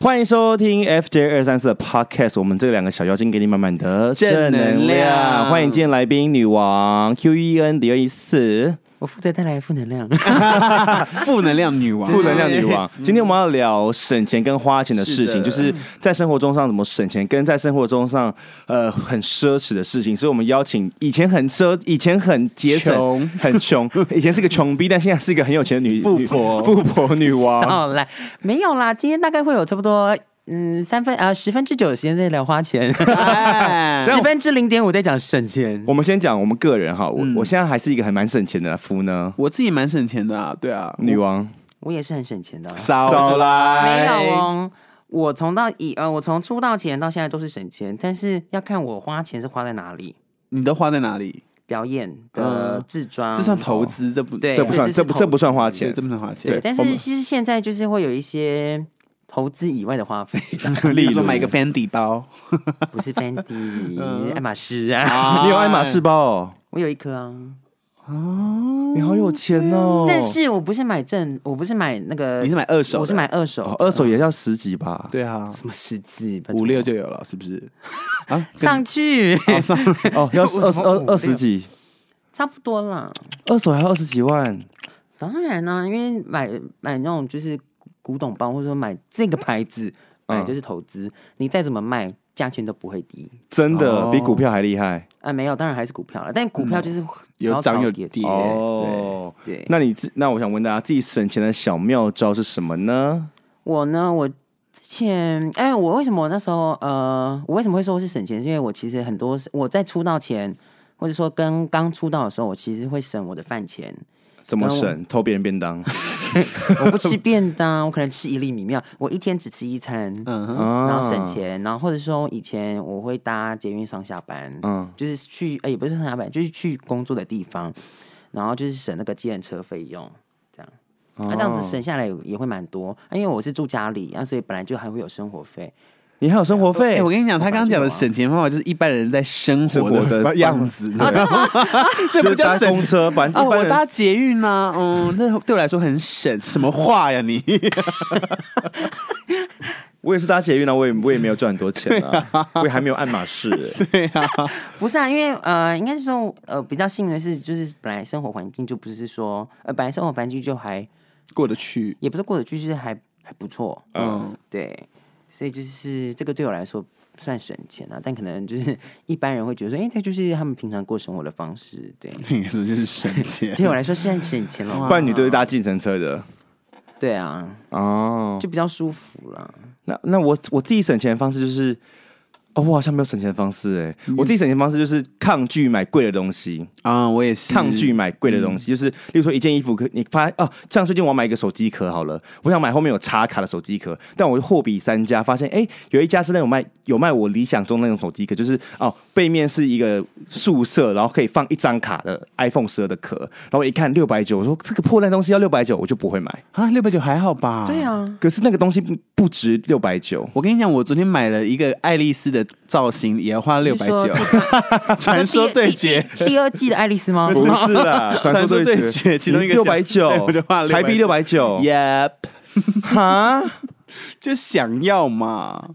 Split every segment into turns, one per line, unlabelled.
欢迎收听 FJ 二三四的 Podcast，我们这两个小妖精给你满满的
正能量
欢迎今天来宾女王 Q E N 零二一四
我负责带来负能 量。
负能量女王，
负能量女王。 今天我们要聊省钱跟花钱的事情，
是的
就是在生活中上怎么省钱，跟在生活中上呃很奢侈的事情。所以我们邀请以前很奢，以前很节省
穷，
很 穷，以前是个穷逼，但现在是一个很有钱的女
富
女
婆
富婆女
啊
王。
好啦，没有啦，今天大概会有差不多嗯三分啊十分之九的时间在聊花 钱，
哎
十分之零点五在讲省钱。
我们先讲我们个人哈，我、
嗯
我现在还是一个还蛮省钱的啦夫呢，
我自己蛮省钱的啊，对啊，
女王。
我也是很省钱的啊、
少
没
来，
有哦。我从到以呃，我从出道前到现在都是省钱，但是要看我花钱是花在哪里，
你的花在哪里？
表演
呃
的自装，
这算投资，这不
嗯对
哎这不算，
这
这
是
不
投
这不算花
对，
钱。
这不能花钱。
对，但
我们
是其实现在就是会有一些投资以外的花费，
例如买一个 Fendi 包，
不是
嗯
Fendi、爱马仕啊，
你
你
有爱马仕？包哦，
我有一颗啊。
你好有钱哦。
嗯但是我不是买正，我不是买那个，
你是买二手的
我是买二
哦
手，
二手也要十几吧？
对啊，
什么十字
五六就有了，是不是？啊，
上去，
哦，要二
我
十
怎么
二
五
二十
六
几，
差不多啦。
二手还要二十几万。
当然啊啦、因为买买那种就是古古董包，或者说买这个牌子，
嗯
买就是投资，你再怎么卖，价钱都不会低。
真的
哦
比股票还厉害
啊，没有，当然还是股票了，但股票就是
嗯有
高
涨
潮
有
跌
跌，
哦。
对，
那你自那我想问大家，自己省钱的小妙招是什么呢？
我呢，我之前，哎、我为什么我那时候，呃，我为什么会说我是省钱？是因为我其实很多是我在出道前，或者说跟刚出道的时候，我其实会省我的饭钱。
怎么
跟我
省？偷别人便当
我不 吃便当，我可能吃一粒米面，我一天只吃一餐，
嗯哼，
啊
然后省。钱，然后或者说以前我会搭捷运上下班，
嗯
就是去，哎、也不是上下班，就是去工作的地方，然后就是省那个计程车费用。这样，那、这样子
哦
省下来也也会蛮多，啊因为我是住家里，那、所以本来就还会有生活费，
你还有生活费
哎，我跟你讲，他刚刚讲的省钱方法就是一般人在生活
生活的
哦的样子，你知道吗？这
就
不
是
叫
搭
省
公车，反
哦，
正一般
我
人
搭捷运啊，嗯，那对我来说很省。什么话呀你？
我也是搭捷运啊，我也我也没有赚很多钱啊，我也还没有爱马仕欸。
不是啊，因为呃，应该是说呃，比较幸运的是，就是本来生活环境就不是说呃，本来生活环境就还
过得去，
也不是过得去，就是还还不错，
嗯，
对，所以就是这个对我来说算省钱啊，但可能就是一般人会觉得说，哎、这就是他们平常过生活的方式，对，
那个时候就是 省钱。
对我来说现在省钱了，
不然你都是搭计程车的
对啊，
哦。
就比较舒服啦。
那那我我自己省钱的方式就是，哦，我好像没有省钱的方式哎、我自己省钱的方式就是抗拒买贵的东西，
啊，我也是
抗拒买贵的东西，就是例如说一件衣服可你发哦，像最近我要买一个手机壳好了，我想买后面有插卡的手机壳，但我就货比三家，发现哎、有一家是那种卖有卖我理想中那种手机壳，就是哦背面是一个宿舍，然后可以放一张卡的 iPhone 十二的壳，然后我一看六百九，我说这个破烂东西要六百九，我就不会买。
啊，六百九还好吧？
对。啊，
可是那个东西不不值六百九，
我跟你讲，我昨天买了一个爱丽丝的造型，也要花六百 九。传说对决，
第第二季的爱丽丝吗？
不是啦，
传说对决 其中一个
六百
奖对
九
我就花，了
台币六百九，
Yep，
哈，
就想要嘛。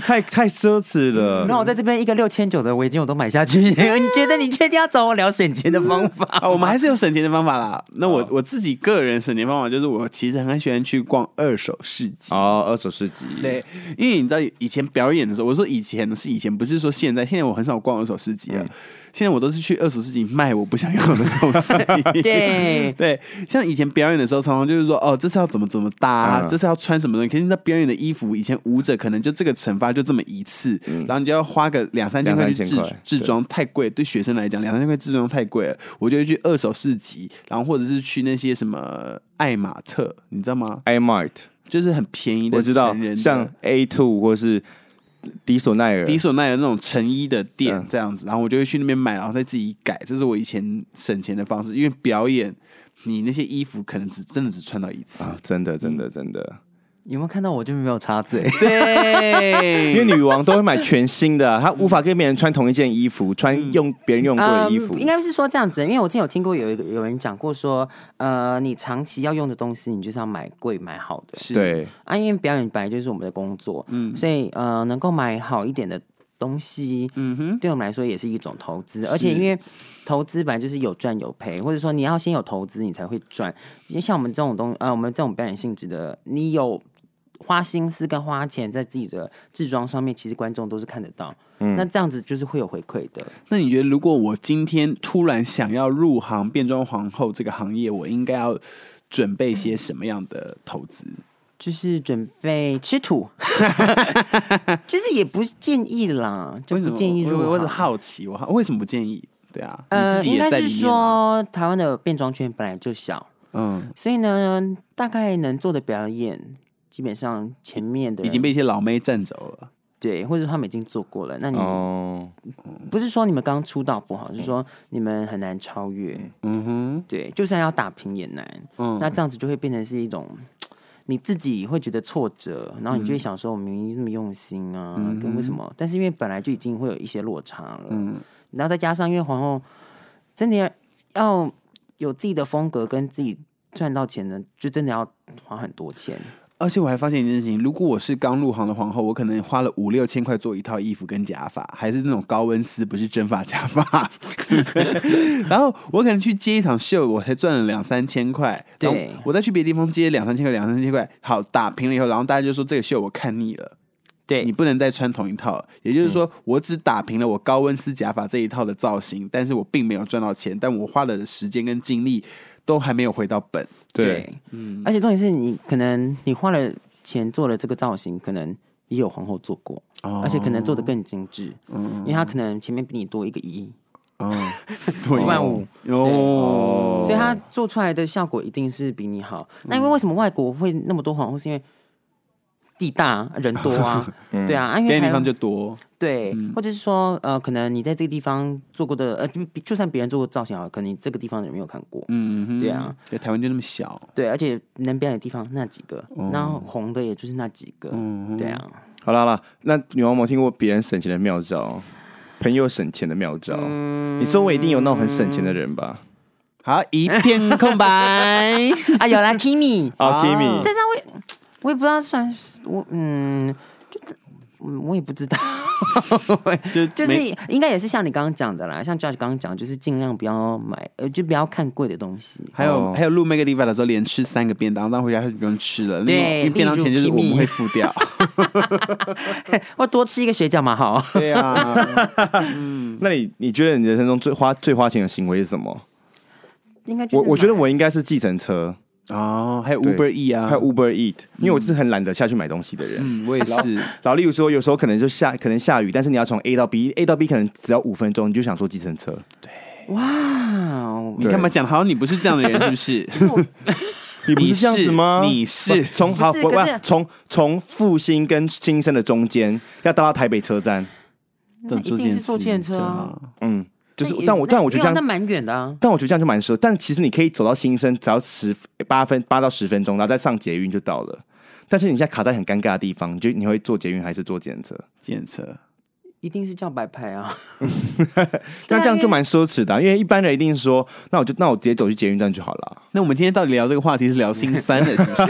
太太奢侈
然后
了。
嗯我在这边一个六千九的围巾我都买下去，你 觉得你确定要找我聊省钱的方法？
啊，我们还是有省钱的方法啦。那我我自己个人省钱方法就是，我其实很喜欢去逛二手市集。
哦，二手市集，
对，因为你知道以前表演的时候，我说以前是以前，不是说现在。现在我很少逛二手市集了，现在我都是去二手市集卖我不想要的东西。
对，
对，像以前表演的时候，常常就是说，哦，这是要怎么怎么搭，
嗯
这是要穿什么东西。可是你知道表演的衣服，以前舞者可能就这个惩罚就这么一次，然后你就要花个两三千
嗯两
块
三
去
千
制
块
制装，太贵。对学生来讲，两三千块制装太贵了。我就会去二手市集，然后或者是去那些什么爱马特，你知道吗？
，iMart，
就是很便宜的
我知道
成人，的
像 A Two 或是迪索奈尔
迪，索奈的那种成衣的店
嗯
这样子，然后我就会去那边买，然后再自己改。这是我以前省钱的方式，因为表演你那些衣服可能只真的只穿到一次。
啊，真的，真的，真的。
有没有看到我就没有插嘴？
对，
因为女王都会买全新的啊，她无法跟别人穿同一件衣服，穿用别人用过的衣服
嗯。应该是说这样子，因为我之前有听过有一个有人讲过说，呃，你长期要用的东西，你就是要买贵买好 的。
是，
对，
啊，因为表演本来就是我们的工作，嗯，所以呃，能够买好一点的东西，嗯哼，对我们来说也是一种投资。而且因为投资本来就是有赚有赔，或者说你要先有投资，你才会赚。因为像我们这种东，呃，我们这种表演性质的，你有。花心思跟花钱在自己的制装上面，其实观众都是看得到。
嗯
那这样子就是会有回馈的。
那你觉得，如果我今天突然想要入行变装皇后这个行业，我应该要准备些什么样的投资？
就是准备吃 土，其实也不是建议啦，就
为什
不
么
建议
我
入
我我只
行
好奇，我好为什么不建议？对啊，你
呃，
自己
应
也
该
在
是
里面啊、
说台湾的变装圈本来就小，
嗯，
所以呢，大概能做的表演，基本上前面的
已经被一些老妹占走了。
对，或者他们已经做过了。那你、
哦，
不是说你们刚出道不好，是说你们很难超越。
嗯哼，
对，就算要打平也难。
嗯
那这样子就会变成是一种。你自己会觉得挫折，然后你就
嗯
会想说：“我明明那么用心啊，跟为什么？”但是因为本来就已经会有一些落差了，
嗯
然后再加上因为皇后真的要要有自己的风格跟自己赚到钱呢，就真的要花很多钱。
而且我还发现一件事情，如果我是刚入行的皇后，我可能花了五六千块做一套衣服跟假发，还是那种高温丝，不是真发假 发。然后我可能去接一场秀，我才赚了两三千块。然后
对
我再去别的地方接两三千块，两三千块，好打平了以后，然后大家就说这个秀我看腻了，
对嗯
你不能再穿同一套了。也就是说，我只打平了我高温丝假发这一套的造型，但是我并没有赚到钱，但我花了的时间跟精力都还没有回到本。
对，
嗯，而且重点是你可能你花了钱做了这个造型，可能也有皇后做过，
哦嗯
而且可能做的更精致，因为他可能前面比你多一个一，
哦，对
一万五，
哦，嗯
所以他做出来的效果一定是比你好。那因为为什么外国会那么多皇后？是因为地大人 多啊，对啊，啊因
嗯别的地
为台
方
湾
就嗯多。
对，或者是说，呃，可能你在这个地方做过的，呃，就就算别人做过造型好了，可能你这个地方的人没有看过，
嗯哼
对啊，
对，台湾就那么小。
对，而且能表演的地方那几个，
哦
然后红的也就是那几个，
嗯
对啊，
好啦好啦，那女王有没有听过别人省钱的妙招？朋友省钱的妙招，你周围一定有那种很省钱的人吧？
好，一片空 白。
啊，有 啦，Kimi，
啊，Kimi，
但是他会，我也不知道算是我，嗯，就嗯，我也不知道。
就
就是
没
应该也是像你刚刚讲的啦，像 Judge 刚刚讲，就是尽量不要买，呃，就不要看贵的东西。
还有
哦
还有录 Make a d i v a 的时候，连吃三个便当，但回家他就不用吃了，那
对
种因为便当钱就是我们会付掉。
我多吃一个水饺嘛，好。
对啊，
那你你觉得你人生中最花最花钱的行为是什么？
应该就
我
是
我觉得
买
我应该是计程车，
哦，还有
对
Uber E 啊，
还有 Uber Eat，因为我是很懒得下去买东西的人。
嗯，我也是，
然后，例如说，有时候可能就下，可能下雨，但是你要从 A 到 B，A 到 B 可能只要五分钟，你就想坐计程车。
哇，哦
你干嘛讲得好像你不是这样的人是不是？
你不
你
是这样子吗？
你是
不从好
不是
我
可
我
是
从从复兴跟新生的中间，要搭到台北车站。
等
一定是坐电车啊，
嗯，就是
那，也
但我
那
但我觉得这
没有那
样，
蛮远的啊。
但我觉得这样就蛮适合。但其实你可以走到新生，只要十八分八到十分钟，然后再上捷运就到了。但是你现在卡在很尴尬的地方，你就你会坐捷运还是坐计程车？
电车
一定是叫白牌啊。对
那
啊
这样就蛮奢侈的啊、因为一般人一定说，那我就那我直接走去捷运站就好了啊。
那我们今天到底聊这个话题是聊心酸的，是不是？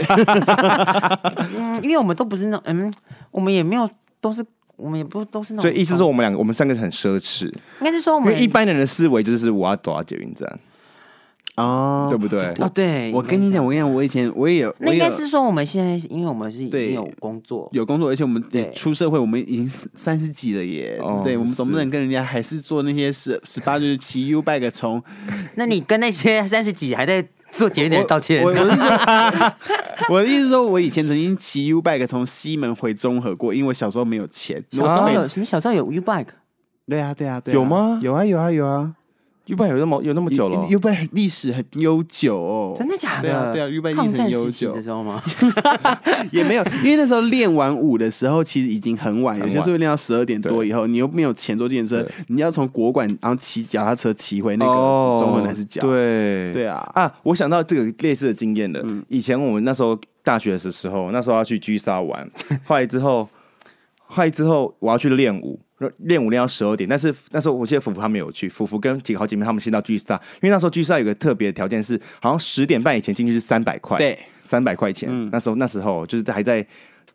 嗯，因为我们都不是那嗯，我们也没有都是，我们也不都是那种。
所以意思是，我们两个，我们三个很奢侈，
应该是说我
因
们
为一般人的思维就是我要走到捷运站，
哦
对，不对？
哦，对，
我跟你讲，我跟你讲，我以前我也有，
那应
我也
该
有
是说我们现在，因为我们是已
对
经有工作，
有工作，而且我们也
对
出社会，我们已经三三十几了耶，
哦
对，我们总不
是
能跟人家还是做那些十十八就是骑 U bike 从
那你跟那些 三十几还在做节目的人道歉
我，我我的 意思说，我的意思是说，我以前曾经骑 U bike 从西门回中和过，因为我小时候没有钱。
小时候有，你小时候有 U bike，
对啊，对啊，对
啊
啊，
有吗
有啊，有啊，有啊。
一般有那么有那么久了
U bike 历史很悠久哦，
真的假
对啊
的？
对啊，U bike 历
抗
史很
战
悠
时期的
久，
时 候吗？
也没有，因为那时候练完舞的时候，其实已经很晚，有
很
些时候
晚
练到十二点多以后，你又没有钱坐电车，你要从国馆然后骑脚踏车骑回那个中文南市角。
哦对
对啊，
啊，我想到这个类似的经验了。以前我们那时候大学的时候，那时候要去 G 沙玩，后来之后，后来之后我要去练舞，练舞练到十二点，但是那时候我记得福福他们有去，福福跟几个好姐妹他们先到 G 沙，因为那时候 G 沙有个特别的条件是，好像十点半以前进去是三百块，
对，
三百块钱，
嗯
那时候那时候就是还在。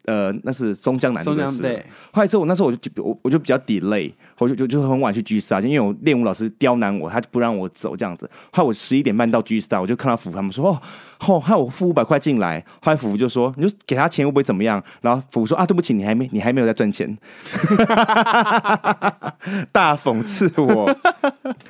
呃，那是松江南路的
松江
事
对。
后来之后，我那时候我就我我就比较 delay，我就就就很晚去 G Star，因为我练舞老师刁难我，他就不让我走这样子。后来我十一点半到 G Star，我就看到福福他们说哦，哦，害我付五百块进来。后来福福就说，你就给他钱会不会怎么样？然后福福说啊，对不起，你还没你还没有在赚钱，大讽刺我。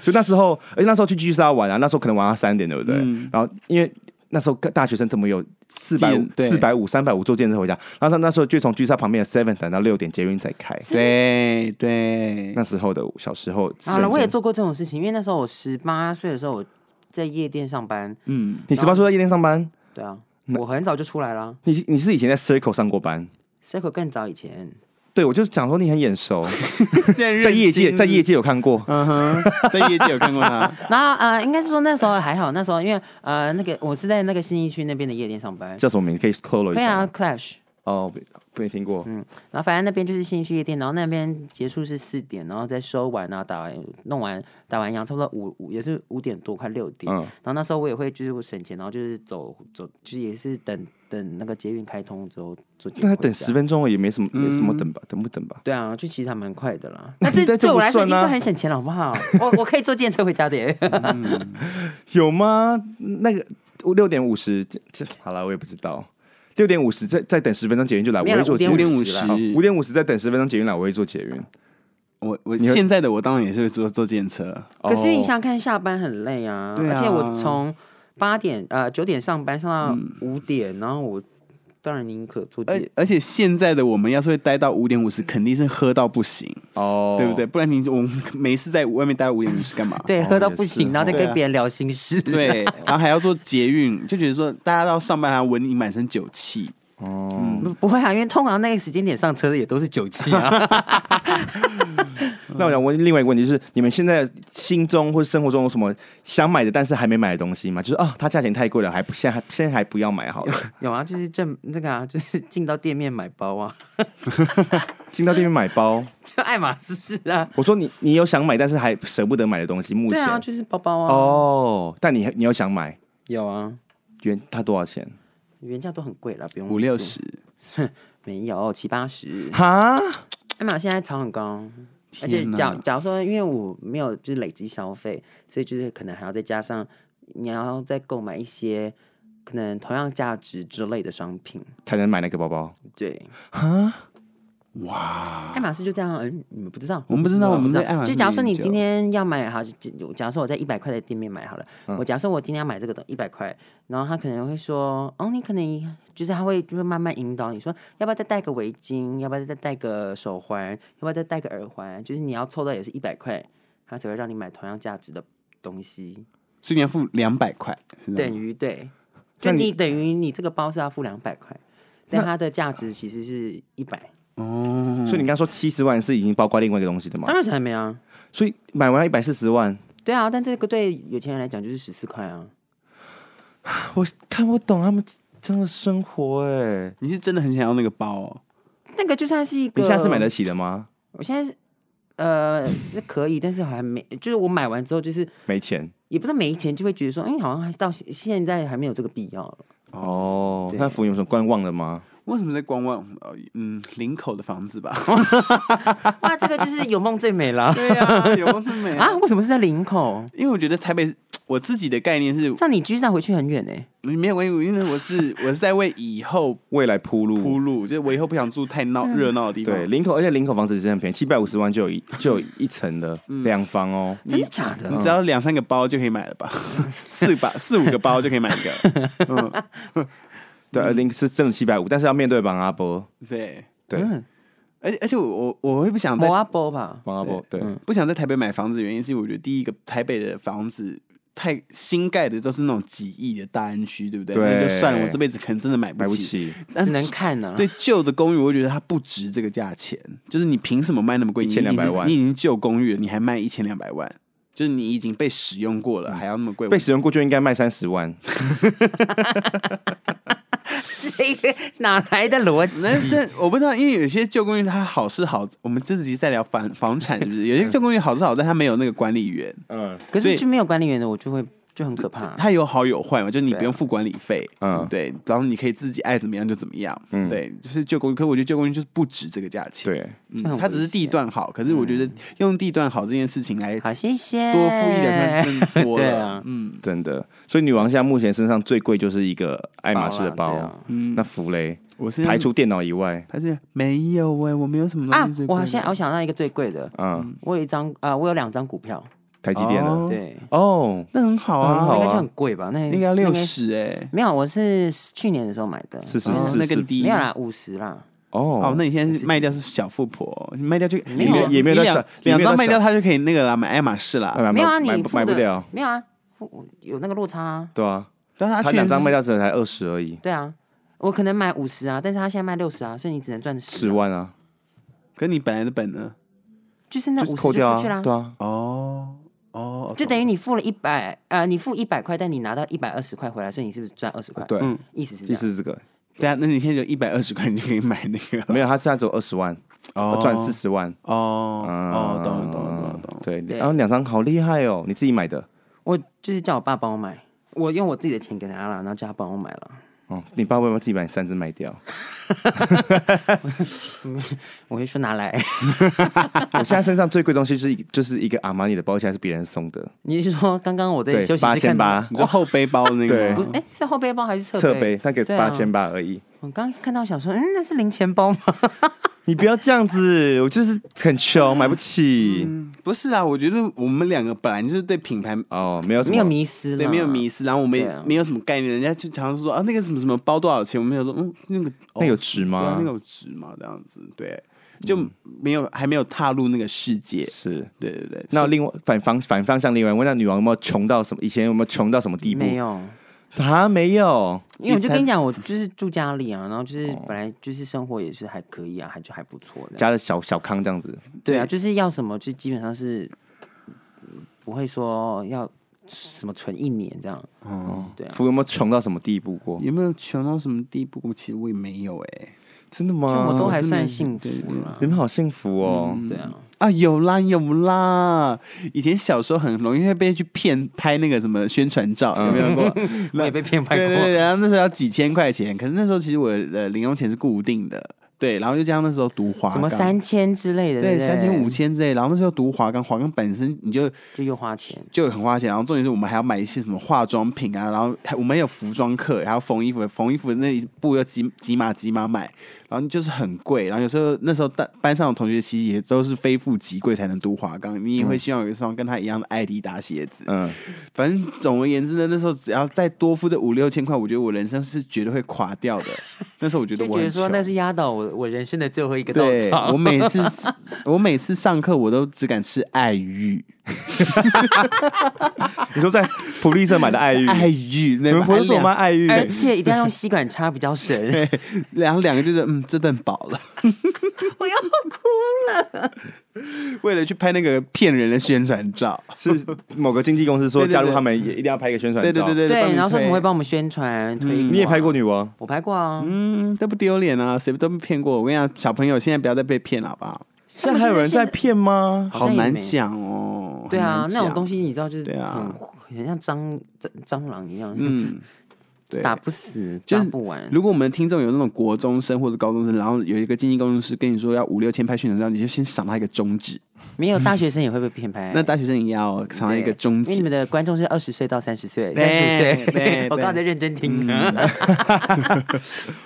就那时候，而且那时候去 G Star 玩啊，那时候可能玩到三点，对不对？然后因为那时候大学生怎么有四百
健
五、
对
四百五、三百五坐电车回家？然后那那时候就从 G 沙旁边的 Seven 等到六点捷运才开。
对对，
那时候的小时候，
好了，我也做过这种事情，因为那时候我十八岁的时候，我在夜店上班，
嗯，
你十八岁在夜店上班，
对啊，我很早就出来了
你你是以前在 Circle 上过班？
，Circle 更早以前，
对，我就想说你很眼 熟，
在
在业界 在业，界有看过。
嗯哼，在业界有看 过他，
然后呃，应该是说那时候还好，那时候因为呃，那个我是在那个信义区那边的夜店上班，
叫什么名字？可以透露一
对
下
啊嗯
吗？
，Clash。
哦，不不没听过。
然后反正那边就是信义区夜店，然后那边结束是四点，然后再收完，然后打完弄完打完烊，差不多五五也是五点多快六点。
嗯
然后那时候我也会就是省钱，然后就是走走，就是也是等等那个捷运开通之后做结
那还
婚。
等十。分钟也没什么，也什
嗯
么等吧，等不等吧？
对啊，就其实还蛮快的 啦。那这
但这
对
不
我来说
算
已经
啊
算很省钱了，好不好？我我可以坐电车回家的耶。
有吗？那个六点五十，这这好了，我也不知道。六点五十再再等十分钟捷运就来，我
没有
会做捷运。
5:50
啦
五点五十再等十分钟捷运来，我会做捷运。
我我
你会
现在的我当然也是会坐坐电车，
可是你
哦
想想看，下班很累啊，
对啊
而且我从八点呃九点上班上到五点，然后我当然宁可坐
而
电。
而且现在的我们要是会待到五点五十，肯定是喝到不行，
哦，
对不对？？不然你我们没事在外面待到五点五十干嘛？
对，
哦
喝到
也
不
是
行，然后再
哦对啊
跟别人聊心事。
对，然后还要做捷运，就觉得说大家到上班还要闻你满身酒气，
哦，
不不会啊，因为通常那个时间点上车的也都是酒 气啊。
那我想问另外一个问题就是，你们现在心中或生活中有什么想买的但是还没买的东西吗？就是啊，它价钱太贵了，还不现在还现在还不要买好了，
有啊，就是正那个啊， 就是进到店面买包啊，
进到店面买包。
就爱马仕啊。
我说你你有想买但是还舍不得买的东西，目
对
前、
啊，就是包包啊。
哦，但你你有想买，
有啊，
原它多少钱？
原价都很贵了，不用
五六。十，
没有七八十，
哈，
爱哎马仕现在炒很高。而且
天哪
假假如说，因为我没有就是累积消费，所以就是可能还要再加上你要再购买一些可能同样价值之类的商品。
才能买那个包包。
对，
哇！
爱马仕就这样，嗯，你们不知道，
我们不知道我们在
不知道
爱马仕
就假如说你
研究
今天要买好，就就假如说我在一百块的店面买好了，
嗯
我假如说我今天要买这个东一百块，然后他可能会说，哦，你可能就是他会就是慢慢引导你说，要不要再戴个围巾，要不要再戴个手环，要不要再戴个耳环，就是你要凑到也是一百块，他才会让你买同样价值的东西，
所以你要付两百块，是这样
等
吗
于对，
那
就
你
你等于你这个包是要付两百块，但它的价值其实是一百，嗯
哦，
所以你刚刚说七十万是已经包括另外一个东西的嘛
当？然是还没啊。
所以买完一百四十万，
对啊，但这个对有钱人来讲就是十四块啊。
我看不懂他们这样的生活哎、
你是真的很想要那个包哦。
那个就算是一个，
你下次买得，起的吗？
我现在是呃是可以，但是还没，就是我买完之后，就是
没钱
也不是每一天就会觉得说，哎、好像还到现现在还没有这个必要了。
哦。
对
那福你有什么观望的吗？
为什么在观望？呃嗯，林口的房子吧。
哇，这个就是有梦最美了
对啊， 有梦是美
啊！为什么是在林口？
因为我觉得台北，我自己的概念是
这样你居然回去很远哎、
没有关系，因为我是我是在为以后
未来铺路，
铺路，就是我以后不想住太闹热闹的地方。
对，林口，而且林口房子其实很便宜，七百五十万就有 一就有一层的两房哦。
嗯真的假的
你？只要两三个包就可以买 了吧？四把四五个包就可以买一个。嗯
对，呃林是真的七百五，但是要面对王阿伯，
对，
对，
嗯，
而且而且我我我会不想在
摩阿波吧。
王阿伯，对，
嗯
不想在台北买房子，的原因是我觉得第一个台北的房子太新盖的都是那种几亿的大安区，对不对？
对
那就算了，我这辈子可能真的买不
买
起。
不起，
但
只能看 呢、
对旧的公寓，我会觉得它不值这个价钱。就是你凭什么卖那么贵？你已经
1200万
你已经旧公寓了，你还卖一千两百万？就是你已经被使
嗯
用过了，还要那么贵？
被使用过就应该卖三十万，
是一个哪来的逻
那
辑？
这我不知道，因为有些旧公寓它好是好，我们这集在聊房房产是不是？有些旧公寓好是好在它没有那个管理员，
嗯，
可
所以
是就没有管理员的，我就会就很可怕。
它有好有坏嘛，就是你
啊
不用付管理费，
嗯
嗯，对，然后你可以自己爱怎么样就怎么样，嗯，对，就是旧公寓，可我觉得旧公寓就是不值这个价钱，
对，
就很
嗯，它只是
危
地
险嗯
段好，可是我觉得用地段好这件事情来
好，谢谢。
多付一两千万更多
哎 对
了
啊，
嗯
真的。所以女王现在目前身上最贵就是一个爱马仕的
包
包，
啦对啊
嗯，
那福雷
我是
排除电脑以外，
还是没有哎，我没有什么
啊
东西最！
我好
贵
像
的
我想到一个最贵的，
嗯，
我有一张啊、我有两张股票，
台积电的
哦
对，
哦，
那很好啊，
很好啊
那应该就很贵吧？那
应该要六。
那
十哎，
没有，我是去年的时候买的，
四十
哦
四
那
是
更低
没有啦，五十啦。
哦
哦，，那你现在是卖掉是小富婆，你卖掉就
没有啊
也没有
你
到
两
小也
两
没有到
张卖
小嗯
掉，它就可以那个啦，买爱马仕啦。
买
没有啊，你
买
付的
买不了，
没有啊，付有那个落差、啊。
对啊，
但是它
他
去年
两张
就是
卖掉只才二十而已，
对啊，我可能买五十啊，但是他现在卖六十啊，所以你只能赚
十
十、啊，
万啊，
可你本来的本呢？
就是那
就
五十
扣
就
掉
出去
啊，
啦。
对啊，
哦哦，
就等于你付了一百，呃，你付一百块，但你拿到一百二十块回来，所以你是不是赚二十块？，
啊对，
嗯
意思是这
第
样。
四这个
对啊，那你现在就一百二十块，你就可以买那个
没有，他现在只有二十万，
哦
我赚四十万，
哦哦，懂了懂了懂了
嗯
懂了。
对，
对
然后两张好厉害哦，你自己买的，
我就是叫我爸帮我买，我用我自己的钱给他了，然后叫他帮我买了。
哦，你爸为什么自己把你三只卖 掉？
我会说拿来，
我现在身上最贵的东西就是一就是一个阿玛尼的包，现在是别人送的，
你是说刚刚我在
对
休息
八
室
千
看到
八
你说后背包的那个
对
吗，
不是，哎、是后背包还是侧
侧
背
背，？他给
对啊
八千八而已。
我刚刚看到想说，嗯，那是零钱包吗？
你不要这样子，我就是很穷，买不起。
不是啊，我觉得我们两个本来就是对品牌
哦，没有什么，
没有迷失啦，
对没有迷失，然后我们也
对啊
没有什么概念，人家就常常说啊那个什么什么包多少钱，我们想说嗯那个哦
那有值
对啊
吗？
那个有值嘛这样子，对，就没有还没有踏入那个世界，
是。
对对对，
那另外反方反方向另外问，那女王有没有穷到什么？以前有没有穷到什么地步？
没，有。
她没有。
因为我就跟你讲，我就是住家里啊，然后就是本来就是生活也是还可以啊，还就还不错的。
加了小小康这样子，
对啊，就是要什么就基本上是嗯不会说要什么存一年这样。
哦，
对啊，
福有没有穷到什么地步过？
有没有穷到什么地步？其实我也没有哎、
真的吗？
就我都还
真的
算
是
幸福
对对
啦。
你们好幸福哦！
对啊，
啊，有啦有啦！以前小时候很容易会被去骗拍那个什么宣传照，有没有过？
我也被骗嗯 拍
对对对，
过。
然后那时候要几千块钱，可是那时候其实我的零用钱是固定的，对，然后就加上那时候读华
什么
冈
三千之类的，对
对
不对
三千五千之类，然后那时候读华冈，华冈本身你就
就又花钱，
就很花钱，啊然后重点是我们还要买一些什么化妆品啊，然后还我们还有服装课，还要缝衣服，缝衣服那一布要几几码几码买，然后就是很贵，然后有时候那时候班班上的同学其实也都是非富即贵才能读华冈，你也会希望有一双跟他一样的艾迪达鞋子，
嗯，
反正总而言之呢，那时候只要再多付这五六千块，我觉得我人生是绝对会垮掉的。那时候我觉得
就
我
觉
很
得说那
穷。
是压倒我我人生的最后一个稻
对，
草
我。每次我每次上课我都只敢吃爱 玉，
你说在普利社买的爱 玉，
爱玉
嗯
那
你们不是说
两
吗？爱玉，
而且一定要用吸管插比 较深，
然后两个就是嗯，这顿饱了。
我要
为了去拍那个骗人的宣传照，
是某个经纪公司说
对对对
加入他们也一定要拍一个宣传照。嗯
对对对对帮
对，
你
然后说什么
推
会帮我们宣传推广
你也拍过女王，
我拍过啊，
嗯，都不丢脸啊，谁都被骗过。我跟你讲，小朋友现在不要再被骗了，好不好？
现在还有人在骗吗？
好
好
像也没
难讲哦。
对啊，那种东
西，
西你知道就是
对啊
很很像蟑蟑蟑螂一样，
嗯，对。
打不死，
就是
打不完。
如果我们听众有那种国中生或者高中生，然后有一个经纪公司跟你说要五六千拍宣传照，你就先赏他一个中指。
没有大学生也会被骗拍，
那大学生也要赏他一个中
因为你
指。
们的观众是二十岁到三十岁，
对
三十岁，
对嗯
我刚刚在认真听，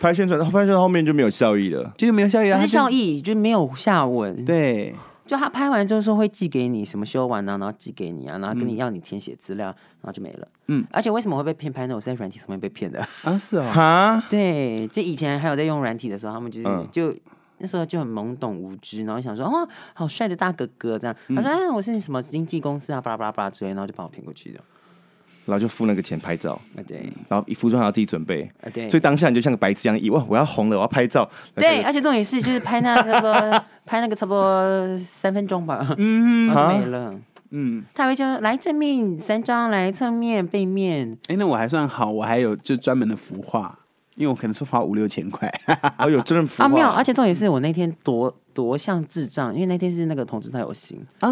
拍宣传，拍宣传后面就没有效益了。
就是没有效 益啊，
可
他
是
就是
效益就没有下文。
对，
就他拍完之后说会寄给你什么修完啊，然后寄给你啊，然后跟你要你填写资料，然后就没了。
嗯
嗯，而且为什么会被骗拍呢？我是在软体上面被骗的。
啊是哦，
哈，
对，就以前还有在用软体的时候，他们就是、
嗯
就那时候就很懵懂无知，然后想说哦，好帅的大哥哥这样。他说、啊，我是什么经纪公司啊，巴拉巴拉巴拉之类，然后就把我骗过去的。
然后就付那个钱拍照，
啊对，
然后服装还要自己准备，
啊对
所以。当下你就像个白痴一样，以为哇我要红了，我要拍照。
对，，而且重点是就是拍那差不 多拍那个差不多三分钟吧，然
啊
后就没了。
嗯，
他还会说来正面三张，来侧面、背面，
哎，那我还算好，我还有就专门的服化，因为我可能是花五六千块，
哦，有真人服
啊，没有，
化
而且重点是我那天多多像智障，因为那天是那个同志他有心啊，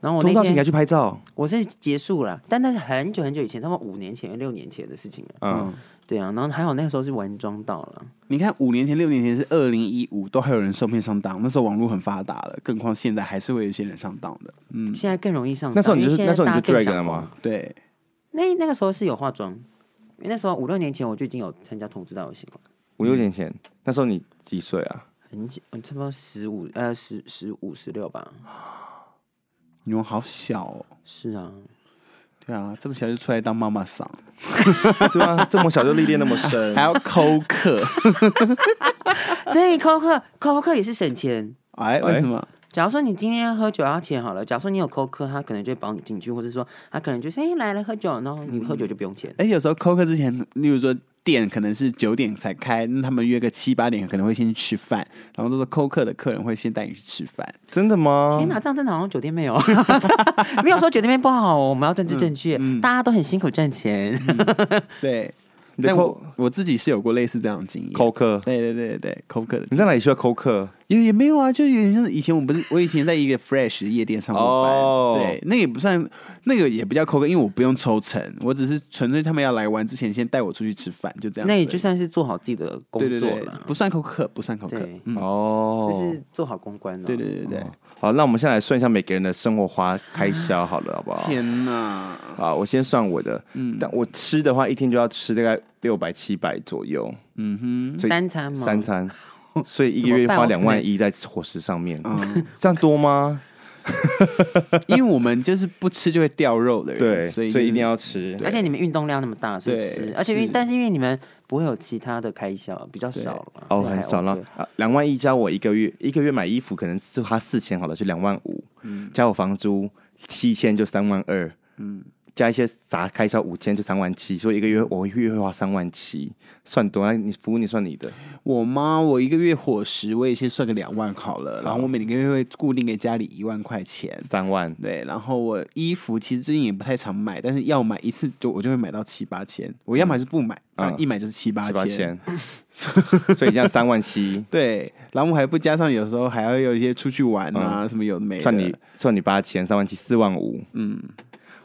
然后我
通
那
告请你
天
还去拍照，
我是结束了，但那是很久很久以前，他们五年前、六年前的事情了。
嗯，
对啊，然后还好那个时候是玩妆到了，
你看五年前、六年前是二零一五，都还有人受骗上当，那时候网络很发达了，更何况现在还是会有一些人上当的。
现在更容易上当。
嗯那时候你就
因
是
为
那时候
现在
你就
大家
drag
更
了
想
吗？
对，
那那个时候是有化妆，因为那时候五六年前我就已经有参加同志大游行了，
五六年前，那时候你几岁啊？
很久，嗯差不多十五呃十十五十六吧。
你们好小哦。
是啊，
对啊，这么小就出来当妈妈桑，
对啊，这么小就历练那么 深
还，要抠客，
对，扣客扣客也是省钱。
哎，为什么？
假如说你今天喝酒要钱好了，假如说你有扣客，他可能就会保你进去，或者说他可能就是哎、来了喝酒，然后你喝酒就不用钱。
哎，有时候抠客之前，例如说店可能是九点才开，那他们约个七八点，可能会先去吃饭，然后这个抠客的客人会先带你去吃饭。
真的吗
天？哪，这样真的好像酒店妹哦， 没有说酒店妹不好哦，我们要政治正确，大家都很辛苦赚钱。
对，
你的
但
扣
我我自己是有过类似这样的经验。
扣客，
对对对对对，抠客的
你在哪里需要扣客？
也也没有啊，就有点像以前我们不是我以前在一个 fresh 夜店上过班，
哦
对，那也不算，那个也不叫扣分，因为我不用抽成，我只是纯粹他们要来玩之前先带我出去吃饭，就这样子而
那
已。
也就算是做好自己的工
对对
作
对
了，，
不算扣客，不算扣客，
对
嗯，
哦，
就是做好公关了。
对对对对，对
好，那我们先来算一下每个人的生活花开销，好了，好不好？
天哪，
啊，我先算我的，
嗯
但我吃的话，一天就要吃大概六百七百左右，
嗯
所以
三餐嘛，
三 餐，所以一个月
怎么办
花
我可
两
能
万一在伙食上面，
嗯
这样多吗？
哼，因为我们就是不吃就会掉肉的 人，
对，所
所
以
以
一定
就是
要吃。
而且你们运动量那么大，所以
对
吃，而且因为
是
但是因为你们不会有其他的开销，比较少了，
哦，
所以还
很少了
OK
啊，两万一加我一个月，一个月买衣服可能是花四千好了，就两万五，
嗯
加我房租七千就三万二，嗯，加一些杂开销五千就三万七，所以一个月我一个月会花三万七，算多，那你服务你算你的，
我妈，我一个月伙食我也先算个两万好了，然后我每个月会固定给家里一万块钱，
三万，
对，然后我衣服其实最近也不太常买，但是要买一次就我就会买到七八千，我要买是不买，
嗯
啊、一买就是七八
七
千。
八千， 所以这样三万七，
对，然后我还不加上有时候还要有一些出去玩啊，什么有的没
嗯
的。
算你算你八千，三万七四万五，嗯，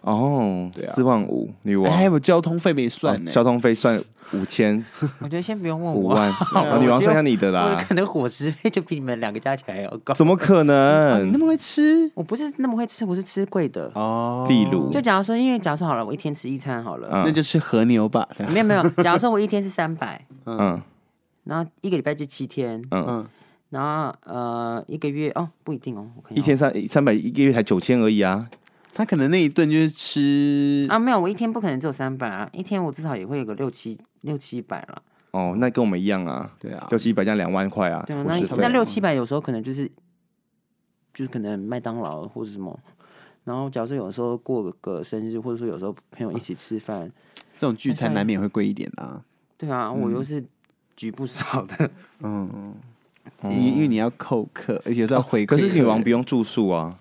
哦，
对啊
四万五，女王
哎，还。有交通费没
哦
算呢、
交通费算五 千
我觉得先不用问
五
我，
万，哦女王算一下你的
我
啦，
可能伙食费就比你们两个加起来还要高。
怎么可
啊你那
能？
么会吃
我不是那么会吃，我是吃贵的。
哦
例如，
就假如说，因为假如说好了，我一天吃一餐好了，
嗯
那就吃和牛吧。这样
没有没有，假如说我一天是三百，
嗯，
然后一个礼拜就七天，
嗯
嗯
然后呃一个月哦不一定哦，我看
一
下哦
天三三百，一个月才九千而已啊。
他可能那一顿就是吃，
啊没有，我一天不可能只有三百啊，一天我至少也会有个六七六七百了。
哦，那跟我们一样啊，
对啊，
六七百加两万块啊，
对啊，
伙
那
食
一
费
那六七百有时候可能就是，就是可能麦当劳或者什么，然后假如说有时候过个生日，或者说有时候朋友一起吃饭，
这种聚餐难免会贵一点啊。
对啊，我又是举不少的，
嗯，因因为你要扣客，而且是要回馈客
哦可
人。
是女王不用住宿啊，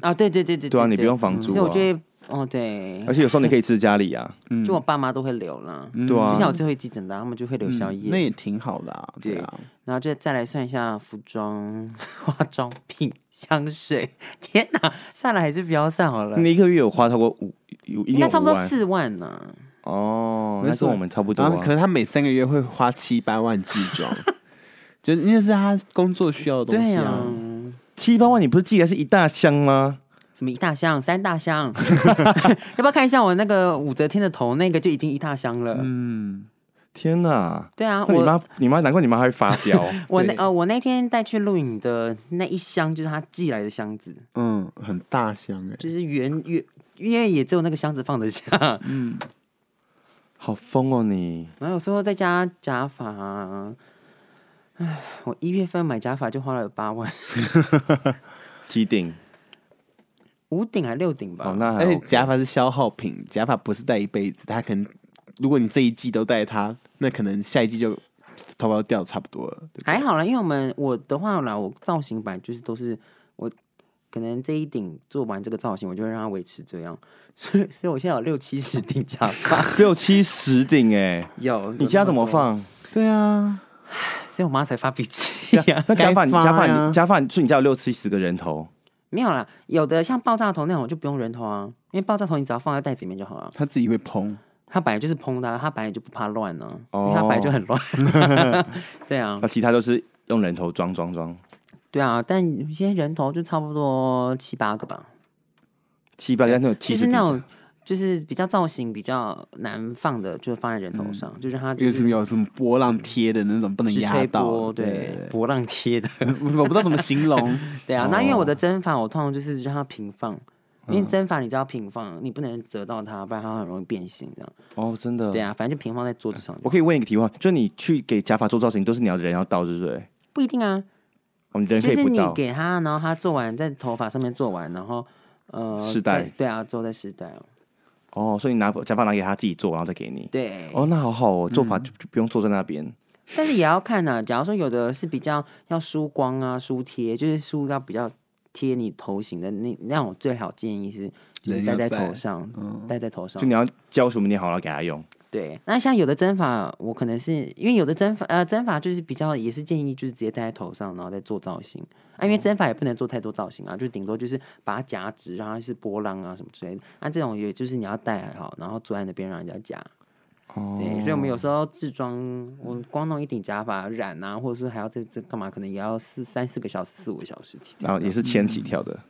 啊，对对对对嗯
对啊，你不用房
所
租
以我
啊，哎
就会，哦对
而，且有时候你可以自家里啊，
就我爸妈都会留啦，
对
嗯就像
啊嗯
我，最后一集讲的，他们就会留宵
嗯
夜，
那也挺好的啊。对
对
啊，
然后就再来算一下服装、 化妆品、 香水，天哪，算了，还是不要算好了，
你一个月有花超过五，有一定
应该
有
差
五
不多
万
四万呢、
哦，
没
那
错
跟我们差不多
然后可
啊。
能他每三个月会花七八万寄装，就那是他工作需要的东
对
西
呀、
啊。
七八万你不是寄来是一大箱吗？
什么一大箱、三大箱， 要不要看一下我那个武则天的头？那个就已经一大箱了。
嗯，
天哪！
对啊，
那你
我
妈，你妈，难怪你妈还会发 飙。
我那
对
呃，我那天带去录影的那一箱就是他寄来的箱子，
嗯，很大箱哎、
就是圆圆，因为也只有那个箱子放得下。
好疯哦你！
然后有时候再加假发、啊，唉，我一月份买假发就花了八万，
几顶？
五顶还六顶吧。
哦，那还
而且
OK
假发是消耗品，假发不是戴一辈子，它可能如果你这一季都戴它，那可能下一季就头发都掉得差不多了。对
还好啦，因为我们我的话啦，我造型版就是都是我可能这一顶做完这个造型，我就会让它维持这样，所以 所以我现在有六七十顶假发，
六七十顶哎，
有
你家怎么？放？
对啊，
所以我妈才发脾气呀、
啊那假发你
该发
假发
呀
你假发，你说你家有六七十个人头，
没有啦，有的像爆炸头那种就不用人头啊，因为爆炸头你只要放在袋子里面就好了。
他自己会砰。
它本来就是蓬的啊、它本来就不怕乱呢、啊，
哦
因为它本来就很乱。对啊
那，其他都是用人头装装装，
对啊，但有些人头就差不多七八个吧，
七八个那种
就
七
是
十
那种就是比较造型比较难放的，就放在人头上，就让它
有
就是
什么有什么波浪贴的那种，不能
直
压
推
到。
波，对，波浪贴的。
对， 我不知道怎么形容。
对啊，那因为我的针法，我通常就是让它平放，因为针法你知道平放，你不能折到它，不然它很容易变形这样。
哦，真的
对。啊，反正就平放在桌子上就好。
我可以问一个提问，就你去给假发做造型，都是你要人要到，对不对？
不一定啊，
我们人
就
可以
是
不
你
到，
给他，然后他做完在头发上面做完，然后呃，
试戴
再对啊，之后再试戴哦。
哦，所以你拿假发拿给他自己做，然后再给你。
对，
哦，那好好哦，做法就就不用坐在那边。
但是也要看呢、假如说有的是比较要梳光啊、梳贴，就是梳要比较贴你头型的那那种，最好建议是就是
人
戴
要
在
在嗯
头上，戴在头上
就。你要教什么你好，然后给他用。
对，那像有的针法，我可能是因为有的针法，呃，针法就是比较也是建议就是直接戴在头上，然后再做造型啊，因
哦
为针法也不能做太多造型啊，就顶多就是把它夹直，让它是波浪啊什么之类的。那、这种也就是你要戴还好，然后坐在那边让人家夹。
哦
对，所以我们有时候制装，我光弄一顶假发染啊，或者说还要这这干嘛，可能也要四三四个小时、四五个小时起跳
然后也是千起跳的。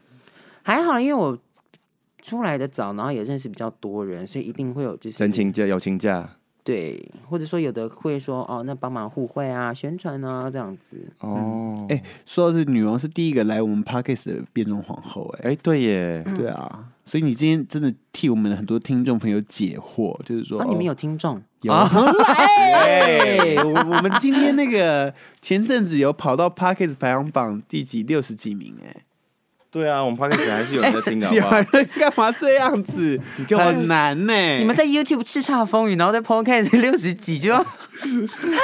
还好，因为我出来的早，然后也认识比较多人，所以一定会有就是
人情价、友情价。
对，或者说有的会说哦，那帮忙互惠啊、宣传啊这样子。
哦，
哎、说到这，女王是第一个来我们 Parkes 的变装皇后、哎、
哎，对耶，
嗯
对啊，所以你今天真的替我们很多听众朋友解惑，就是说，
啊，你们
哦
有听众？啊
有，啊哎，我我们今天那个前阵子有跑到 Parkes 排行榜第几六十几名、
对啊，我们 p o d 还是有人在听的，
哎，
好不 好？
人干嘛这样子？很难呢、
你们在 YouTube 叱咤风云，然后在 Podcast 六十几就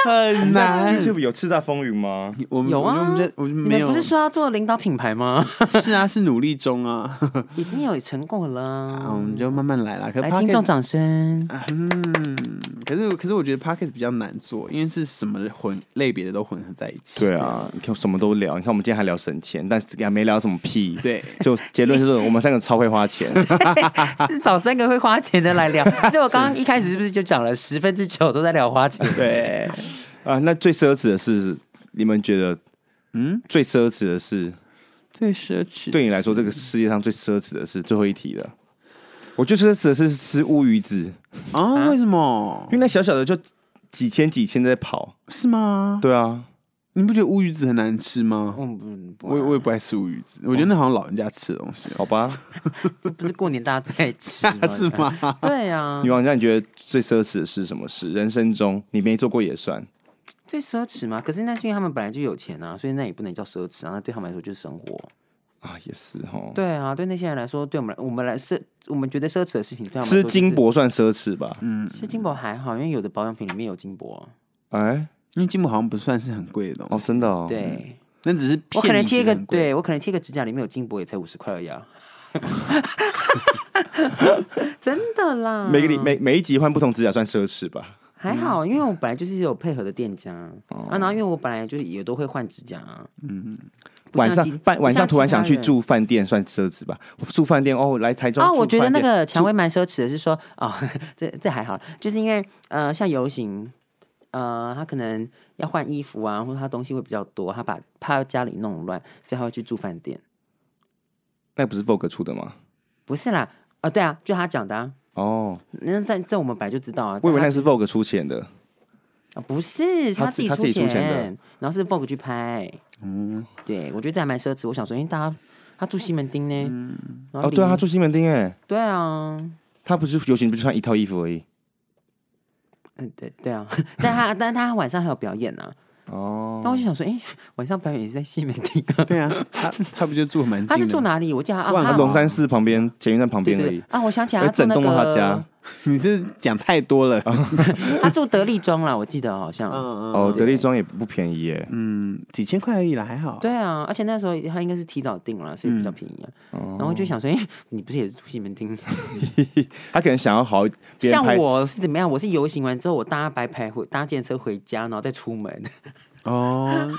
很难。
YouTube 有叱咤风云吗？
我们
有啊
我们这我们
你
没
们
有，
不是说要做领导品牌 吗？
是啊，是努力中 啊，
已经有成果了
啊
啊。
我们就慢慢来啦。可是
来，听众
Podcast-
掌声。
嗯，可是可是我觉得 podcast 比较难做，因为是什么混类别的都混合在一起。
对啊，你看什么都聊，你看我们今天还聊省钱，但是也没聊什么屁。，
对，
就结论就是我们三个超会花 钱。
是找三个会花钱的 来聊。所以我刚刚一开始是不是就讲了十分之九都在聊花钱？
对，
啊，那最奢侈的是，你们觉得，嗯，最奢侈的是，
最奢侈
对你来说，这个世界上最奢侈的是最后一题了。我最奢侈的是吃乌鱼子，
啊？为什么
因？为那小小的就几千几千在跑。
是吗？
对啊，
你不觉得乌鱼子很难吃吗？
嗯，不
我也我也不爱吃乌鱼子，我觉得那好像老人家吃的东西哦，
好吧，
不是过年大家在 吃
是？吗？
对啊
女，王，那你觉得最奢侈的是什么事？人生中你没做过也算。
最奢侈嘛。可是那是因为他们本来就有钱啊，所以那也不能叫奢侈啊。那对他们来说就是生活。
啊，也是哦。
对啊，对那些人来说，对我们来我们来奢，我们觉得奢侈的事情，对他们来说
吃
啊就是
金，箔算奢侈吧？嗯，
吃金箔还好，因为有的保养品里面有金箔啊。
哎，
因为金箔好像不算是很贵的东
哦，
西，
真的哦。，
对，
那只是骗
我可能
你
贴一
觉得
个，
很贵，
对我可能贴个指甲，里面有金箔也才五十块而已啊。 真的啦，
每个礼嗯每每一集换不同指甲算奢侈吧？
还好，因为我本来就是有配合的店家、
哦
啊，然后因为我本来就是也都会换指甲、啊，嗯，
晚上半晚上突然想去住饭店算奢侈吧？住饭店哦，来台中
啊，我
住
觉得
饭
那
店
个蔷薇蛮奢侈的，是说哦， 这这还好，就是因为呃，像游行，呃，他可能要换衣服啊，或者他东西会比较多，他把怕家里弄乱，所以他会去住饭店。
那不是 Vogue 出的吗？
不是啦，啊，对啊，就他讲的啊，
哦，
那但这我们本来就知道啊，
我以为那
但他
是 Vogue 出钱的。
啊不是
他
他
自
自
己
己
他自己出钱的
然后是 Vogue 去拍，嗯，对我觉得这还蛮奢侈，我想说，因为大家他住西门町呢，然后
哦，对啊，
离
他住西门町哎，
对啊，
他不是游行不是穿一套衣服而已。
嗯，对对啊， 但他但他晚上还有表演呢、啊。
哦，
那我就想说，哎、 晚上表演也是在西门町 啊？
对啊，他他不就住蛮近的？
他是住哪里？我记得他啊，
万
他
龙山寺旁边，捷运站旁
对
边而
对
已
对。啊，我想起来，
哎
他住
整
那
栋
个
都他家
你是讲太多了。
嗯他住德利庄啦，我记得好像。
哦，德利庄也不便宜耶，
嗯，几千块而已啦，还好。
对啊，而且那时候他应该是提早订了，所以比
嗯
较便宜啊。
哦
然后就想说，哎、你不是也是住西门町？
他可能想要好一 别人
像
拍
我是怎么样？我是游行完之后，我搭白牌回搭电车回家，然后再出门。
哦，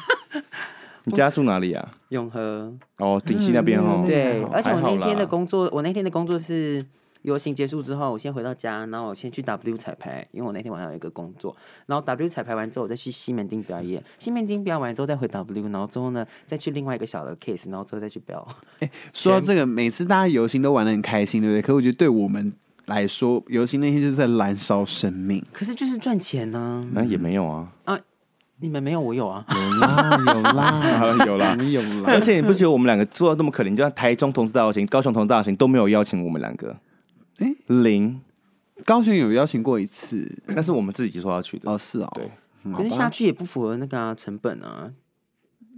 你家住哪里啊？
永和
哦，顶溪那边哦。
嗯对，
还
而且我
好
那
啦
天的工作，我那天的工作是游行结束之后，我先回到家，然后我先去 W 彩排，因为我那天晚上有一个工作。然后 W 彩排完之后，我再去西门町表演，西门町表演完之后再回 W，然后之后呢再去另外一个小的 case，然后之后再去表。
说到这个，每次大家游行都玩的很开心，对不对？可我觉得对我们来说，游行那天就是在燃烧生命。
可是就是赚钱呢、
那也没有 啊，
你们没有，我有啊。
有啦，
好了有啦。
有啦，
而且你不觉得我们两个做到这么可怜？你知道台中同志大游行、高雄同志大游行都没有邀请我们两个，
诶
零，
高雄有邀请过一次，
那是我们自己说要去的。
哦，是哦，
对，
嗯，
可是
好
下
吧
去也不符合那个啊、成本啊。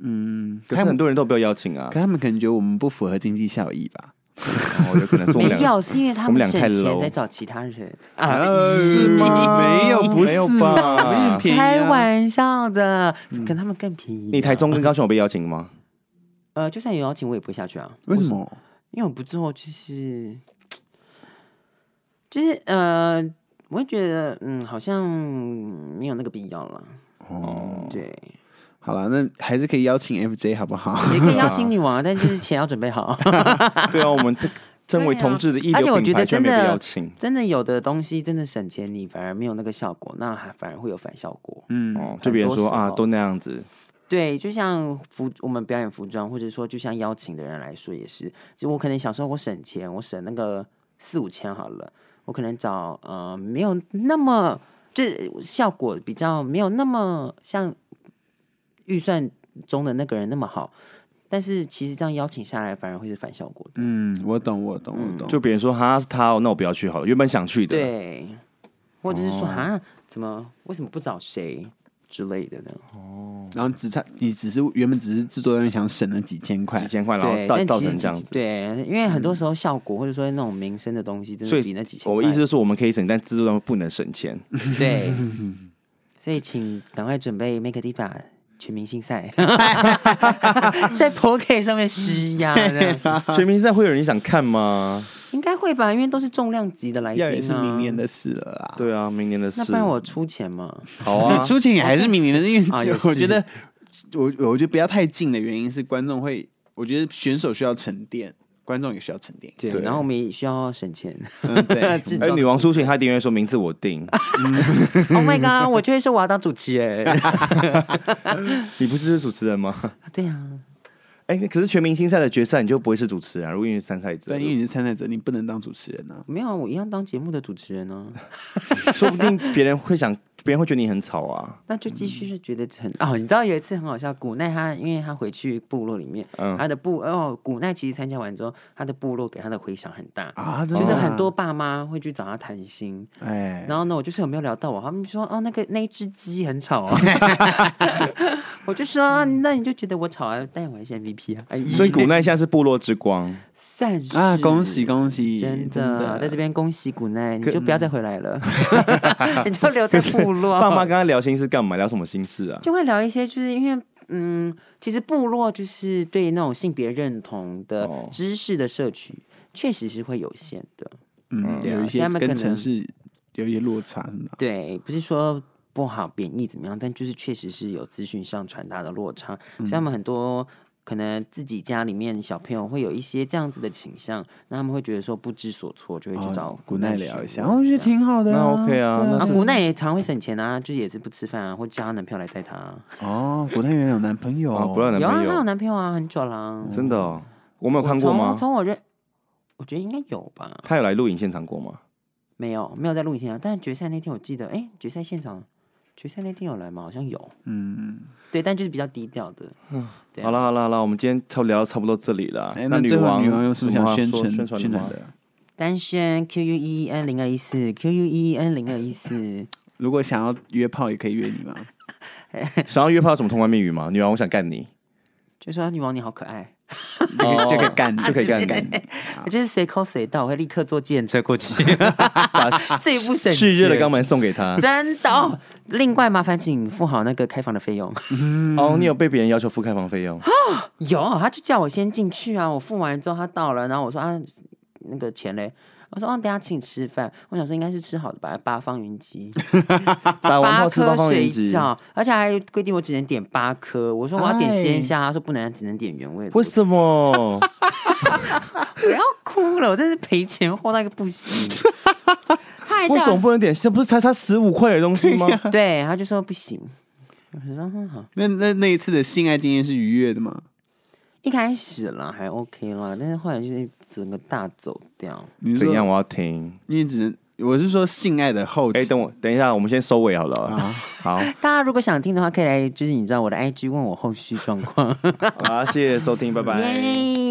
嗯，
可
可
是
他
很
们
多人都不要邀请啊
可，他们可能觉得我们不符合经济效益吧？
哦，有可能是我
没
们两个
有，是因为他
我们
们
俩
省
太 low 哎
钱在找其他人啊。
是吗？哎没有，不
没有
是
吧
我们也便宜啊
开玩笑的，可他们更便宜。
嗯你台中跟高雄有被邀请吗？
呃，就算有邀请，我也不会下去啊。
为什么？
因为我不做，就是就是呃，我会觉得嗯，好像没有那个必要了。哦，对，
好了，那还是可以邀请 FJ 好不好？
也可以邀请女王，但就是钱要准备好。
对啊，我们这身为同志的一
而且
流
我
品
觉
牌
得
却
真
没有被邀
的
请。
真的有的东西真的省钱，你反而没有那个效果，那还反而会有反效果。
哦，就别人说
嗯很多时候
啊，都那样子，
对，就像服我们表演服装，或者说就像邀请的人来说也是，就我可能小时候我省钱，我省那个四五千好了，我可能找呃没有那么这效果比较没有那么像预算中的那个人那么好，但是其实这样邀请下来反而会是反效果的。
嗯，我懂，我懂，我
嗯
懂。
就别人说哈是他哦，那我不要去好了，原本想去的。
对，或者是说啊、怎么为什么不找谁之类的呢？
然后只差你只是原本只是制作人想省了几千块
几，千块，然后
对，
造
但
造
其实
成这样
几
子。嗯
对，因为很多时候效果或者说那种民生的东西，真
所
的
以
比那几千
我
块。
意思是说，我们可以省，但自助端不能省 钱。
对， 所以请赶快准备 Make a Diva 全明星赛， 在 p o k 上面施 压，这样
全明星赛会有人想看吗？
应该会吧？因为都是重量级的来宾、
要
啊，
也是明年。的事了啦。
对啊，明年的事。
那不然我出 钱嘛？
好啊
哦你，出钱也还是明年的，因
啊
为
哦也
我
是
觉得我我觉得不要太近的原因是观众会，我觉得选手需要沉淀，观众也需要沉淀。
对
对，
然后我们也需要省钱。
嗯对
制
哎，
作
女王出钱，她定会说名字我定。
Oh my god！我就会说我要当主持人。
你不是是主持人吗？
对啊，
哎，可是全明星赛的决赛你就不会是主持人啊，如果你是参赛者
对，，因为你是参赛者，你不能当主持人啊。
没有啊，我一样当节目的主持人啊呢、
说不定别人会想，别人会觉得你很吵 啊。
那就继续是觉得很哦，你知道有一次很好笑，古奈他因为他回去部落里面，
嗯
他的部哦，古奈其实参加完之后，他的部落给他的回响很大，
啊，真
就
的
是
啊
很多爸妈会去找他谈心。
哎，
然后呢，我就是有没有聊到我，他们说哦，那个那一只鸡很吵啊，我就说啊那你就觉得我吵啊，但我还是 MVP 啊，哎
所以古奈现在是部落之光，
算是
啊，恭喜恭喜，
真的，在这边恭喜古奈，你
可
就不要再回来了，你就留在部 落。
爸妈跟他聊心事干嘛？聊什么心事啊？
就会聊一些，就是因为嗯，其实部落就是对那种性别认同的
哦
知识的摄取，确实是会有限的。
嗯，
对啊
有一
现
些
在他们可
跟
能
城市有一些落差，真的啊。
对，不是说不好贬义怎么样，但就是确实是有资讯上传达的落差，所以他们很多。可能自己家里面小朋友会有一些这样子的倾向，那他们会觉得说不知所措，就会去找
哦古奈
询
聊一
问
下，哦我觉得挺好的啊。
那 OK 啊
对
啊
那这，
古奈也常会省钱啊，就是也是不吃饭啊，或者叫她男朋友来载她啊。
哦，古奈原来有男朋友
啊，，不让男
有啊，
朋
她有
友，
男朋友啊，很久啦、
真的哦，我没有
我
看过吗
从？从我认，我觉得应该有吧，
他有来录影现场过吗？
没有没有在录影现场，但决赛那天我记得，哎，决赛现场，决赛那天有来吗？好像有，
嗯，
对，但就是比较低调的。对啊
好了好了好了，我们今天差不多聊到差不多这里了。啊
哎，
那
那最后
王
女王有什么想
话
宣
说
传
宣
宣
传
传
吗？
的？
单身 Q U E E N 零二一四 Q U E E N 零二一四，
如果想要约炮，也可以约 你吗？
想要约炮有什么通关密语吗？女王，我想干你。
就说女王你好可爱，
就可以就可以
哦
干，
就可以干
干。
我就是谁抠谁到，我会立刻坐计程车过 去，最不省
炽热的
钱
肛门送给他。
真的。哦另外，麻烦请付好那个开房的费用。
哦，你有被别人要求付开房费 用？
有，他就叫我先进去啊，我付完之后他到了，然后我说啊，那个钱嘞。我说哦，等一下请你吃饭。我想说应该是吃好的吧，八方云集，
打完
八
炮吃八
颗
方
水
云集，
饺，而且还规定我只能点八颗。我说我要点
哎
鲜虾，他说不能，只能点原味的。
为什 么？
不要哭了，我真是赔钱货到一个不行。他还
为什么
叫
不能点？这不是才差十五块的东西 吗？
对，他就说不行。我就说嗯好，
那那那一次的性爱经验是愉悦的吗？
一开始啦还 OK 啦，但是后来就是整个大走掉。
你是
怎
说
样？？我要听。
因为只能我是说性爱的后期。
哎、等我等一下，我们先收尾好了。
啊
好，
大家如果想听的话，可以来就是你知道我的 IG 问我后续状况。
好，谢谢收听，拜拜。
耶